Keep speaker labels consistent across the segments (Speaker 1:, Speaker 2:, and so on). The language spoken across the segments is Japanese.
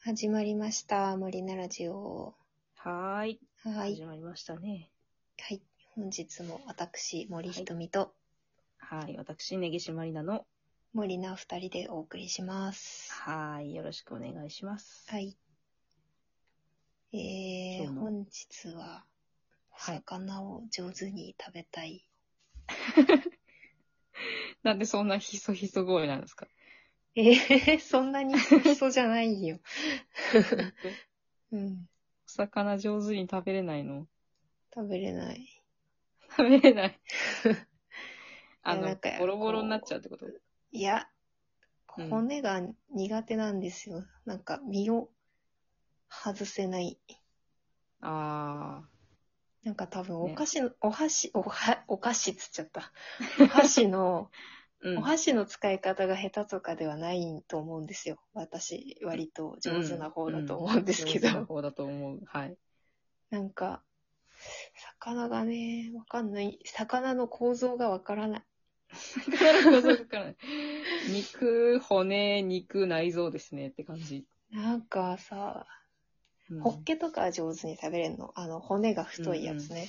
Speaker 1: 始まりました。森菜ラジオ。
Speaker 2: はーい。
Speaker 1: はい
Speaker 2: 始。まりましたね。
Speaker 1: はい。本日も私、森ひとみと
Speaker 2: はい。私、根岸まりなの。
Speaker 1: 森菜二人でお送りします。
Speaker 2: はーい。よろしくお願いします。
Speaker 1: はい。え
Speaker 2: 今
Speaker 1: ー、
Speaker 2: 日も
Speaker 1: 本日は、
Speaker 2: はい
Speaker 1: 魚を上手に食べたい。
Speaker 2: なんでそんなひそひそ声なんですか
Speaker 1: え ー、そんなに基礎じゃないよ。うん。
Speaker 2: お魚上手に食べれないの
Speaker 1: 食べれない。
Speaker 2: 食べれ ない。あ
Speaker 1: いやな
Speaker 2: の
Speaker 1: んか、
Speaker 2: ボロボロになっちゃうってこと
Speaker 1: いや、
Speaker 2: うん
Speaker 1: 骨が苦手なんですよ。なんか、身を外せない。
Speaker 2: あ
Speaker 1: なんか多分
Speaker 2: ね
Speaker 1: お菓子の、お箸、おは、お菓子っつっちゃ った。お箸の、
Speaker 2: ー。う
Speaker 1: お
Speaker 2: ん。
Speaker 1: 箸の使い方が下手とかではないと思うんですよ。私、割と上手な方だと思うんですけど。
Speaker 2: 上手な方だと思う。はい。
Speaker 1: なんか、魚がね、わかんない。魚の構造がわからない。
Speaker 2: 構造からない 肉、骨、肉、内臓ですねって感じ。
Speaker 1: なんかさ、
Speaker 2: うん
Speaker 1: ホッケとかは上手に食べれるの。あの、骨が太いやつね。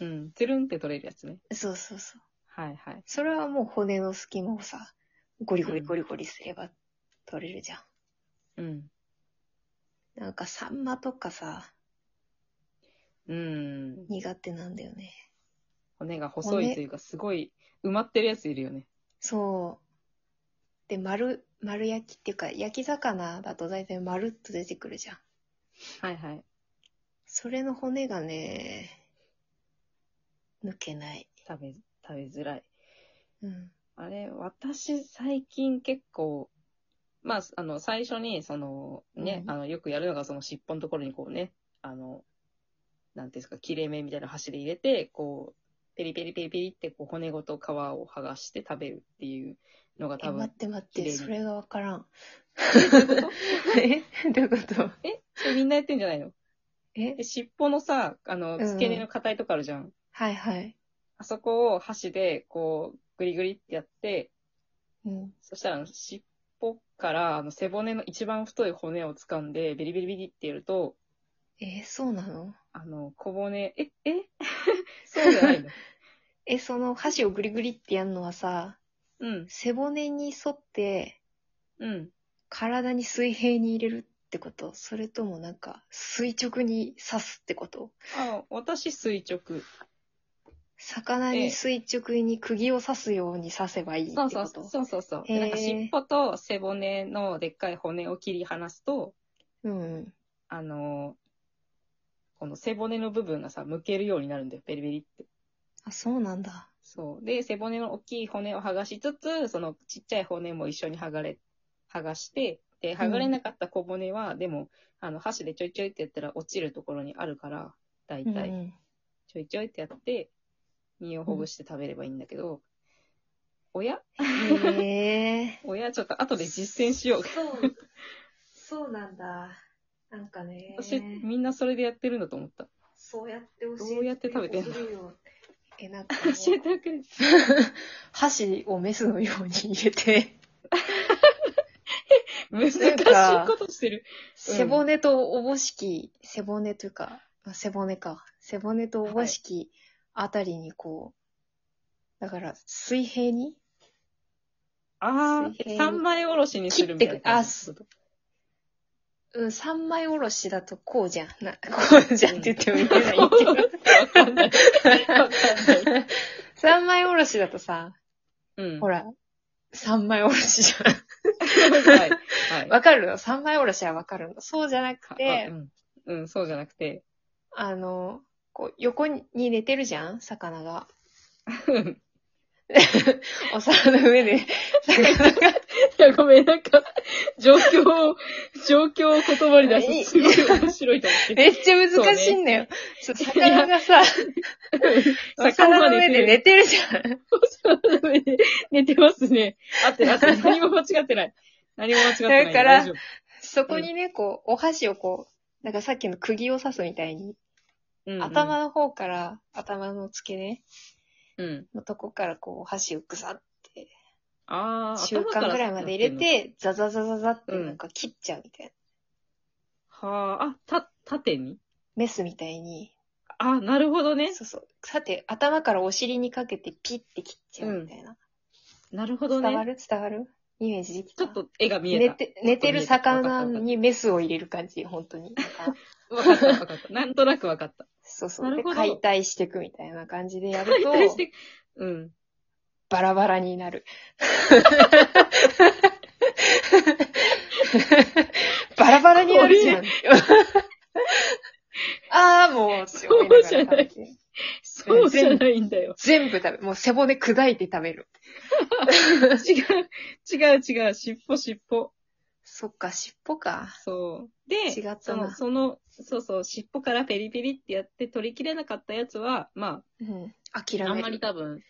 Speaker 2: うん。つるんって取れるやつね。
Speaker 1: そうそうそう。
Speaker 2: はいはい。
Speaker 1: それはもう骨の隙間をさ、ゴリゴリゴリゴリすれば取れるじゃん。
Speaker 2: うん。
Speaker 1: なんかサンマとかさ、
Speaker 2: うん。
Speaker 1: 苦手なんだよね。
Speaker 2: 骨が細いというか、すごい埋まってるやついるよね。
Speaker 1: そう。で、丸、丸焼きっていうか、焼き魚だと大体丸っと出てくるじゃん。
Speaker 2: はいはい。
Speaker 1: それの骨がね、抜けない。
Speaker 2: 食べ、食べづらい。
Speaker 1: うん。
Speaker 2: あれ、私最近結構、まあ、あの、最初に、その、ね、
Speaker 1: うん
Speaker 2: あの、よくやるのが、その尻尾のところにこうね、あの、なんていうんですか、切れ目みたいな箸で入れて、こう、ペリペリペリペリって、こう、骨ごと皮を剥がして食べるっていうのが
Speaker 1: え、
Speaker 2: 多
Speaker 1: 待
Speaker 2: 分
Speaker 1: っ、て待っ
Speaker 2: 綺麗
Speaker 1: て、
Speaker 2: に
Speaker 1: それがわから ん。
Speaker 2: こと
Speaker 1: えどういうこと
Speaker 2: それみんなやってんじゃないの
Speaker 1: え
Speaker 2: で尻尾のさ、あの、
Speaker 1: うん
Speaker 2: 付け根の硬いとこあるじゃん。
Speaker 1: はいはい。
Speaker 2: あそこを箸で、こう、グリグリってやって、
Speaker 1: うん。
Speaker 2: そしたら、あの尻尾から、あの、背骨の一番太い骨を掴んで、ビリビリビリってやると、
Speaker 1: え、そうなの
Speaker 2: あの、小骨、え、え そうじゃないの。
Speaker 1: え、その箸をグリグリってやるのはさ、
Speaker 2: うん、
Speaker 1: 背骨に沿って
Speaker 2: うん。
Speaker 1: 体に水平に入れるってことそれともなんか垂直に刺すってこと
Speaker 2: あ、私、垂直。
Speaker 1: 魚
Speaker 2: え
Speaker 1: に
Speaker 2: え
Speaker 1: 垂直に釘を刺すように刺せばいいって
Speaker 2: そ
Speaker 1: こ
Speaker 2: うそう
Speaker 1: と
Speaker 2: そうそうそう。
Speaker 1: へー
Speaker 2: でなんか尻尾と背骨のでっかい骨を切り離すと、
Speaker 1: うん。
Speaker 2: あの、この背骨の部分がさ、向けるようになるんだよ、ベリベリって。
Speaker 1: あ、そうなんだ。
Speaker 2: そう。で、背骨の大きい骨を剥がしつつ、そのちっちゃい骨も一緒に剥がれ、剥がして、で、剥がれなかった小骨は、でも、あの、箸でちょいちょいってやったら落ちるところにあるから、だい
Speaker 1: うんう
Speaker 2: たい、
Speaker 1: ん。
Speaker 2: ちょいちょいってやって、身をほぐして食べればいいんだけど、親
Speaker 1: へえ。
Speaker 2: 親ちょっと後で実践しよう。
Speaker 1: そう、そうなんだ。なんかね
Speaker 2: 私、みんなそれでやってるんだと思った。
Speaker 1: そうやって教
Speaker 2: えてどうやって食べてんの
Speaker 1: るよ。え、なんかもう、
Speaker 2: 教えてくれ。
Speaker 1: 箸をメスのように入れて、
Speaker 2: 難しい
Speaker 1: なんか
Speaker 2: ことしてる。
Speaker 1: 背骨とおぼしき、背骨というか、まあ背骨か。背骨とおぼしきあたりにこう、だから水平に
Speaker 2: あ
Speaker 1: 水平
Speaker 2: ー、
Speaker 1: に
Speaker 2: 三枚おろしにするみたいな感じ。
Speaker 1: 切ってくうん、三枚おろしだとこうじゃん。な、 こうじゃんって言っても見えないけど。
Speaker 2: わかんない。わかんない。
Speaker 1: 三枚おろしだとさ、
Speaker 2: うん。
Speaker 1: ほら、三枚おろしじゃ
Speaker 2: はい。はい
Speaker 1: ん。わかるの三枚おろしはわかるの。そうじゃなく
Speaker 2: あ
Speaker 1: て、
Speaker 2: うん、うん、そうじゃなく て。
Speaker 1: あの、こう、横に寝てるじゃん魚が。
Speaker 2: うん
Speaker 1: お皿の上で、魚が。
Speaker 2: いや、ごめん、なんか、状況を、状況を言葉に出
Speaker 1: いい
Speaker 2: すとすごい面白いと思って。
Speaker 1: めっちゃ難しいんだよ。そう魚がさ、お皿の上で寝てるじゃん。
Speaker 2: 魚の上で寝てますね。あってる合ってる、 何も間違ってない。何も間違ってない。
Speaker 1: だから
Speaker 2: 大丈夫
Speaker 1: そこにね、こう、お箸をこう、なんかさっきの釘を刺すみたいに、
Speaker 2: うんうん、
Speaker 1: 頭の方から、頭の付け根
Speaker 2: うん。
Speaker 1: のとこからこう、お箸をぐさって、
Speaker 2: ああ、
Speaker 1: 中間ぐらいまで入れて、ザザザザザってなんか切っちゃうみたいな。
Speaker 2: はあ、あ、た、縦に
Speaker 1: メスみたいに、
Speaker 2: あ、なるほどね。
Speaker 1: そうそう。さて、頭からお尻にかけてピッて切っちゃうみたいな。
Speaker 2: なるほど
Speaker 1: 伝わ
Speaker 2: ね。
Speaker 1: る伝わるイメージでき
Speaker 2: ち
Speaker 1: た
Speaker 2: ょっと絵が見え
Speaker 1: 寝
Speaker 2: た。
Speaker 1: て、寝てる魚
Speaker 2: わかったわかっ
Speaker 1: にメスを入れる感じ、本当 に。なんか
Speaker 2: わかった、わかった。なんとなくわかった。
Speaker 1: そうそう。
Speaker 2: な
Speaker 1: で、
Speaker 2: るほど
Speaker 1: 解体していくみたいな感じでやる
Speaker 2: 解
Speaker 1: と、
Speaker 2: 体して、うん。
Speaker 1: バラバラにな る。バラバラになるじゃん。 ああ、もう、って思ながら食べて
Speaker 2: そうじゃないんだよ。
Speaker 1: 全部食べ、もう背骨砕いて食べる。
Speaker 2: 違う、違う、違う。尻尾、尻尾。
Speaker 1: そっか、尻尾か。
Speaker 2: そう。で、
Speaker 1: 違った
Speaker 2: その、
Speaker 1: な。
Speaker 2: その、そうそう、尻尾からペリペリってやって取りきれなかったやつは、ま
Speaker 1: うん。諦め
Speaker 2: あ、
Speaker 1: る。
Speaker 2: あんまり多分、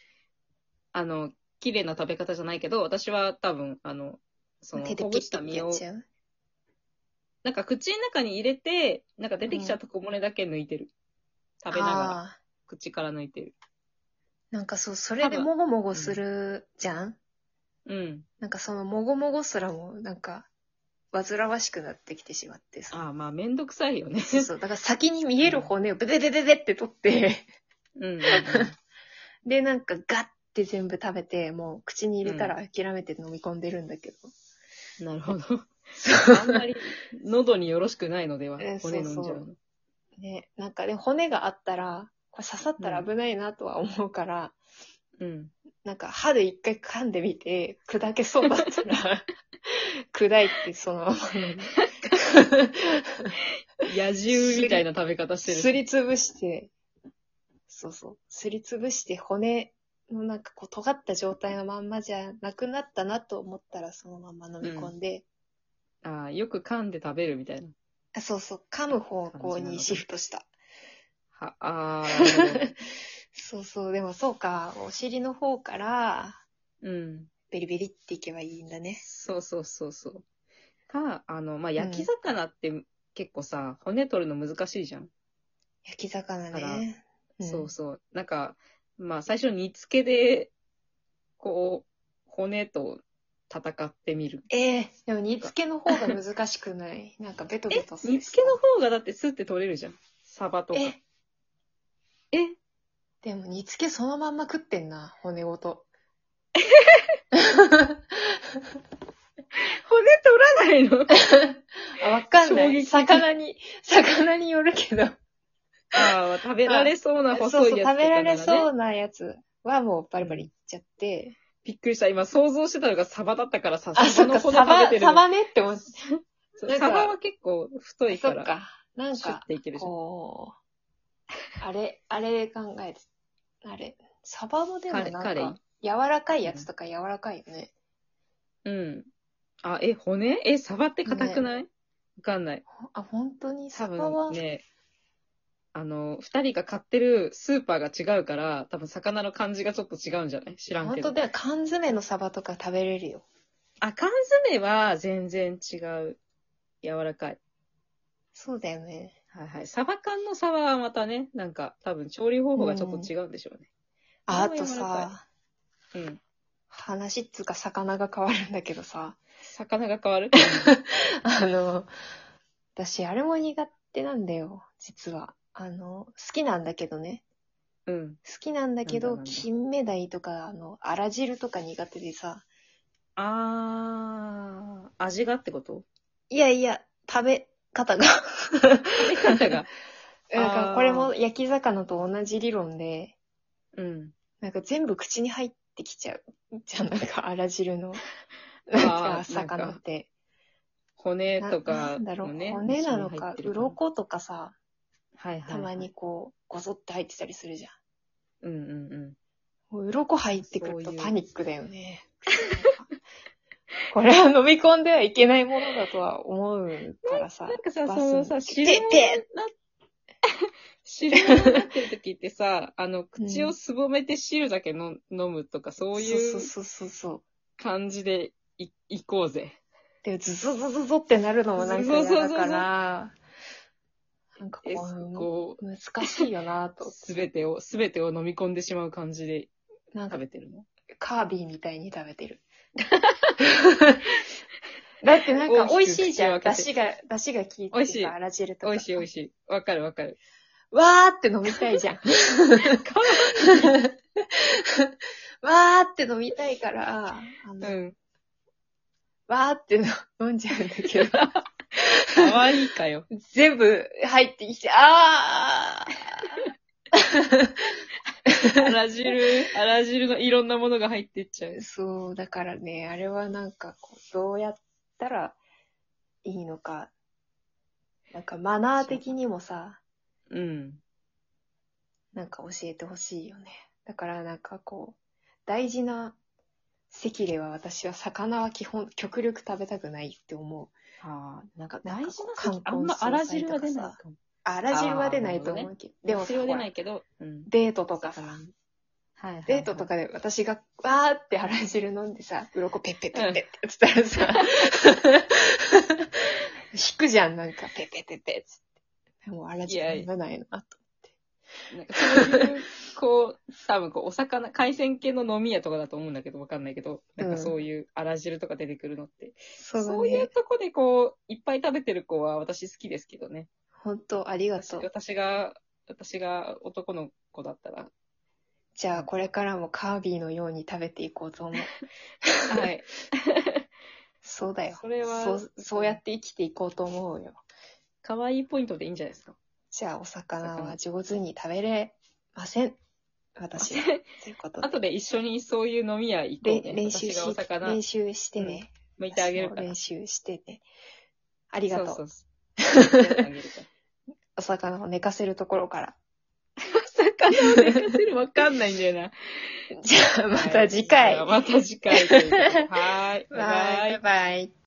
Speaker 2: あの、綺麗な食べ方じゃないけど、私は多分、あの、その、
Speaker 1: 手で
Speaker 2: ほ
Speaker 1: ピ
Speaker 2: ぐし
Speaker 1: ッ
Speaker 2: た
Speaker 1: と
Speaker 2: 身
Speaker 1: やっ
Speaker 2: を、
Speaker 1: ちゃう。
Speaker 2: なんか口の中に入れて、なんか出てきちゃった小骨だけ抜いてる。食べながら、
Speaker 1: ああ
Speaker 2: 口から抜いてる。
Speaker 1: ー、なんかそう、それでもごもごするじゃん
Speaker 2: うん。
Speaker 1: なんかそのもごもごすらも、なんか、煩わしくなってきてしまってさ。
Speaker 2: ああ、まあ、めんどくさいよね。
Speaker 1: そうそう。だから先に見える骨をブデデデデって取って、
Speaker 2: うんうんうん。
Speaker 1: で、なんかガッて全部食べて、もう口に入れたら諦めて飲み込んでるんだけど。
Speaker 2: なるほど。
Speaker 1: そ
Speaker 2: あんまり喉によろしくないのでは
Speaker 1: えー、
Speaker 2: 骨飲んじゃう
Speaker 1: そう
Speaker 2: の。
Speaker 1: う。 ね、なんかでも骨があったら、これ刺さったら危ないなとは思うから、
Speaker 2: うん。
Speaker 1: なんか歯で一回噛んでみて、砕けそうだった ら、砕いてそのまま飲む
Speaker 2: 野獣みたいな食べ方してる。
Speaker 1: すりつぶして、そうそう。すりつぶして骨のなんかこう尖った状態のまんまじゃなくなったなと思ったらそのまま飲み込んで、
Speaker 2: ああ、よく噛んで食べるみたいな。
Speaker 1: あそうそう、噛む方向にシフトした。
Speaker 2: は、ああ、 なるほど
Speaker 1: そうそう、でもそうか、お尻の方から
Speaker 2: うん。
Speaker 1: ベリベリっていけばいいんだね。
Speaker 2: そうそうそうそう。か、あの、まあ、焼き魚って結構さ、骨取るの難しいじゃん。
Speaker 1: 焼き魚
Speaker 2: ただ
Speaker 1: ね。ん
Speaker 2: そうそう。なんか、まあ、最初煮付けで、こう、骨と戦ってみる。
Speaker 1: ええでも煮付けの方が難しく ないなんかベトベ
Speaker 2: え
Speaker 1: ト、する
Speaker 2: 煮
Speaker 1: し
Speaker 2: 付けの方がだってスって取れるじゃん。サバとか。
Speaker 1: え、
Speaker 2: え
Speaker 1: でも煮付けそのまんま食ってんな、骨ごと。
Speaker 2: 骨取らないの
Speaker 1: あ、 わかんな
Speaker 2: 衝撃
Speaker 1: い。
Speaker 2: 的
Speaker 1: 魚に、魚によるけど。
Speaker 2: ああ、食べられそうな
Speaker 1: そう
Speaker 2: 細
Speaker 1: そう、食べ
Speaker 2: いやつとかな
Speaker 1: ら
Speaker 2: らね
Speaker 1: れそうなやつはもうバリバリいっちゃって。
Speaker 2: びっくりした。今想像してたのがサバだったからさ、
Speaker 1: あ、そ
Speaker 2: サ
Speaker 1: っ
Speaker 2: バの
Speaker 1: か、
Speaker 2: 骨
Speaker 1: サ
Speaker 2: 食べ
Speaker 1: バ、
Speaker 2: てる
Speaker 1: サ
Speaker 2: の
Speaker 1: バねって思って。
Speaker 2: そう
Speaker 1: なんか
Speaker 2: サバは結構太い
Speaker 1: そ
Speaker 2: か
Speaker 1: っ
Speaker 2: ら、
Speaker 1: か。なん
Speaker 2: シュッ
Speaker 1: か、
Speaker 2: ていけるじゃん。
Speaker 1: こう、あれ、あれ考えて、あれ、サバもでもな
Speaker 2: カ
Speaker 1: ん
Speaker 2: レ
Speaker 1: か、柔らかいやつとか柔らかいよね。
Speaker 2: うん。あ、え、骨え、サバって硬くないわ、かんない。
Speaker 1: あ、本当に
Speaker 2: 多
Speaker 1: サバは、
Speaker 2: 分ね、あの、二人が買ってるスーパーが違うから、多分魚の感じがちょっと違うんじゃない知らん
Speaker 1: 本
Speaker 2: け
Speaker 1: 当
Speaker 2: ど。
Speaker 1: では缶詰のサバとか食べれるよ。
Speaker 2: あ、缶詰は全然違う。柔らかい。
Speaker 1: そうだよね。
Speaker 2: はいはい。サバ缶のサバはまたね、なんか多分調理方法がちょっと違うんでしょうね。
Speaker 1: あ、あと
Speaker 2: サバは柔らか
Speaker 1: さ、
Speaker 2: うん。
Speaker 1: 話っつうか魚が変わるんだけどさ、
Speaker 2: 魚が変わる
Speaker 1: あの、私あれも苦手なんだよ、実は。あの、好きなんだけどね。
Speaker 2: うん。
Speaker 1: 好きなんだけ
Speaker 2: な
Speaker 1: ど、
Speaker 2: んだなんだ
Speaker 1: 金目鯛とか、あの、あら汁とか苦手でさ、
Speaker 2: あー、味がってこと
Speaker 1: いやいや、食べ方 が。
Speaker 2: 食べ方 が。
Speaker 1: なんかこれも焼き魚と同じ理論で、
Speaker 2: うん。
Speaker 1: なんか全部口に入ってきちゃう。じゃん、なんかあら汁の、
Speaker 2: あー
Speaker 1: なんか
Speaker 2: な
Speaker 1: 魚
Speaker 2: んか
Speaker 1: って。
Speaker 2: 骨
Speaker 1: な
Speaker 2: と
Speaker 1: な
Speaker 2: か
Speaker 1: んだろ
Speaker 2: も
Speaker 1: う、
Speaker 2: ね。
Speaker 1: 骨なの
Speaker 2: 一緒に入
Speaker 1: か
Speaker 2: っ、てるら
Speaker 1: 鱗とかさ、
Speaker 2: はいはいはい。
Speaker 1: たまに。こう、ごぞって入ってたりするじゃん。
Speaker 2: うんうんうん。
Speaker 1: もう鱗入ってくる
Speaker 2: そ
Speaker 1: と
Speaker 2: ういう
Speaker 1: パニックだよね。 これは飲み込んではいけないものだとは思うからさ
Speaker 2: なん。かさ、
Speaker 1: バ
Speaker 2: そ
Speaker 1: スに
Speaker 2: のさ、汁
Speaker 1: て
Speaker 2: 物
Speaker 1: て
Speaker 2: な、汁物になってる 時ってさ、あの、口をすぼめて汁だけの飲むとか、そうい
Speaker 1: そう
Speaker 2: う
Speaker 1: そうそうそう。
Speaker 2: 感じでい、いこうぜ。
Speaker 1: で、ズズズズズってなるのもなんか嫌だから、なんか
Speaker 2: え、
Speaker 1: こ
Speaker 2: こ
Speaker 1: う、難しいよな
Speaker 2: う、
Speaker 1: と。
Speaker 2: すべてを、すべてを飲み込んでしまう感じで
Speaker 1: なんか
Speaker 2: 食べてるの
Speaker 1: カービィみたいに食べてる。だってなんか
Speaker 2: 大きく
Speaker 1: 美味しいじゃん。
Speaker 2: 口を
Speaker 1: 出
Speaker 2: 開け
Speaker 1: 汁
Speaker 2: て
Speaker 1: が、出汁が効い
Speaker 2: 美
Speaker 1: て
Speaker 2: 味しい
Speaker 1: さ、ら汁とか。
Speaker 2: 美味しい美味しい。わかるわかる。
Speaker 1: わーって飲みたいじゃ ん。わーって飲みたいから、あ
Speaker 2: う
Speaker 1: の
Speaker 2: ん。
Speaker 1: わーって飲んじゃうんだ けど、
Speaker 2: かわいいかよ。
Speaker 1: 全部入ってきて、あ
Speaker 2: あら汁、あら汁のいろんなものが入ってっちゃう
Speaker 1: ー。そう、だからね、あれはなんかこう、どうやったらいいのか。なんかマナー的にもさ、
Speaker 2: うん。
Speaker 1: なんか教えてほしいよね。だからなんかこう、大事な席では私は魚は基本、極力食べたくないって思う。
Speaker 2: ああ、なんか
Speaker 1: なん
Speaker 2: 大
Speaker 1: かこう
Speaker 2: 事な
Speaker 1: 冠
Speaker 2: 時、あん
Speaker 1: 婚
Speaker 2: まあら汁は
Speaker 1: 葬祭とか
Speaker 2: 出
Speaker 1: さ
Speaker 2: ないかも。
Speaker 1: あら汁は出ないと思うけど、でも
Speaker 2: そ
Speaker 1: さ
Speaker 2: れは出
Speaker 1: ほら
Speaker 2: ないけど、うん。
Speaker 1: デートとかさ、
Speaker 2: 魚はいはいはい
Speaker 1: デートとかで私がわーってあら汁飲んでさ、鱗ペッペッペッペッってやってたらさ、 引くじゃん、なんかペッペッペッペッつって。でもあら汁飲まないなと。
Speaker 2: なんかそういう、こう、多分こう、お魚、海鮮系の飲み屋とかだと思うんだけど、わかんないけど、なんかそういうあら汁とか出てくるのって。
Speaker 1: そ
Speaker 2: そういう。とこでこう、いっぱい食べてる子は私好きですけどね。
Speaker 1: 本当ありがとう。
Speaker 2: 私が、私が男の子だったら。
Speaker 1: じゃあこれからもカービィのように食べていこうと思う。
Speaker 2: はい。
Speaker 1: そうだよ。
Speaker 2: それは
Speaker 1: そう、そうやって生きていこうと思うよ。
Speaker 2: 可愛いポイントでいいんじゃないですか。
Speaker 1: じゃあお魚は上手に食べれません。私は。ということ
Speaker 2: あ
Speaker 1: で。
Speaker 2: とで一緒にそういう飲み屋行こ
Speaker 1: れ
Speaker 2: う、ね。
Speaker 1: 練習
Speaker 2: 私がお
Speaker 1: し、
Speaker 2: 魚
Speaker 1: 練習してね。
Speaker 2: 剥いてあげるから。
Speaker 1: 練習してね。ありがとう。
Speaker 2: そうそうそう。あげ るから
Speaker 1: お魚を寝かせるところ から。
Speaker 2: 魚を寝かせるわかんないんだよな。
Speaker 1: じゃあまた次回。
Speaker 2: また次回ということで。はーい。バイバイ
Speaker 1: バイバイ。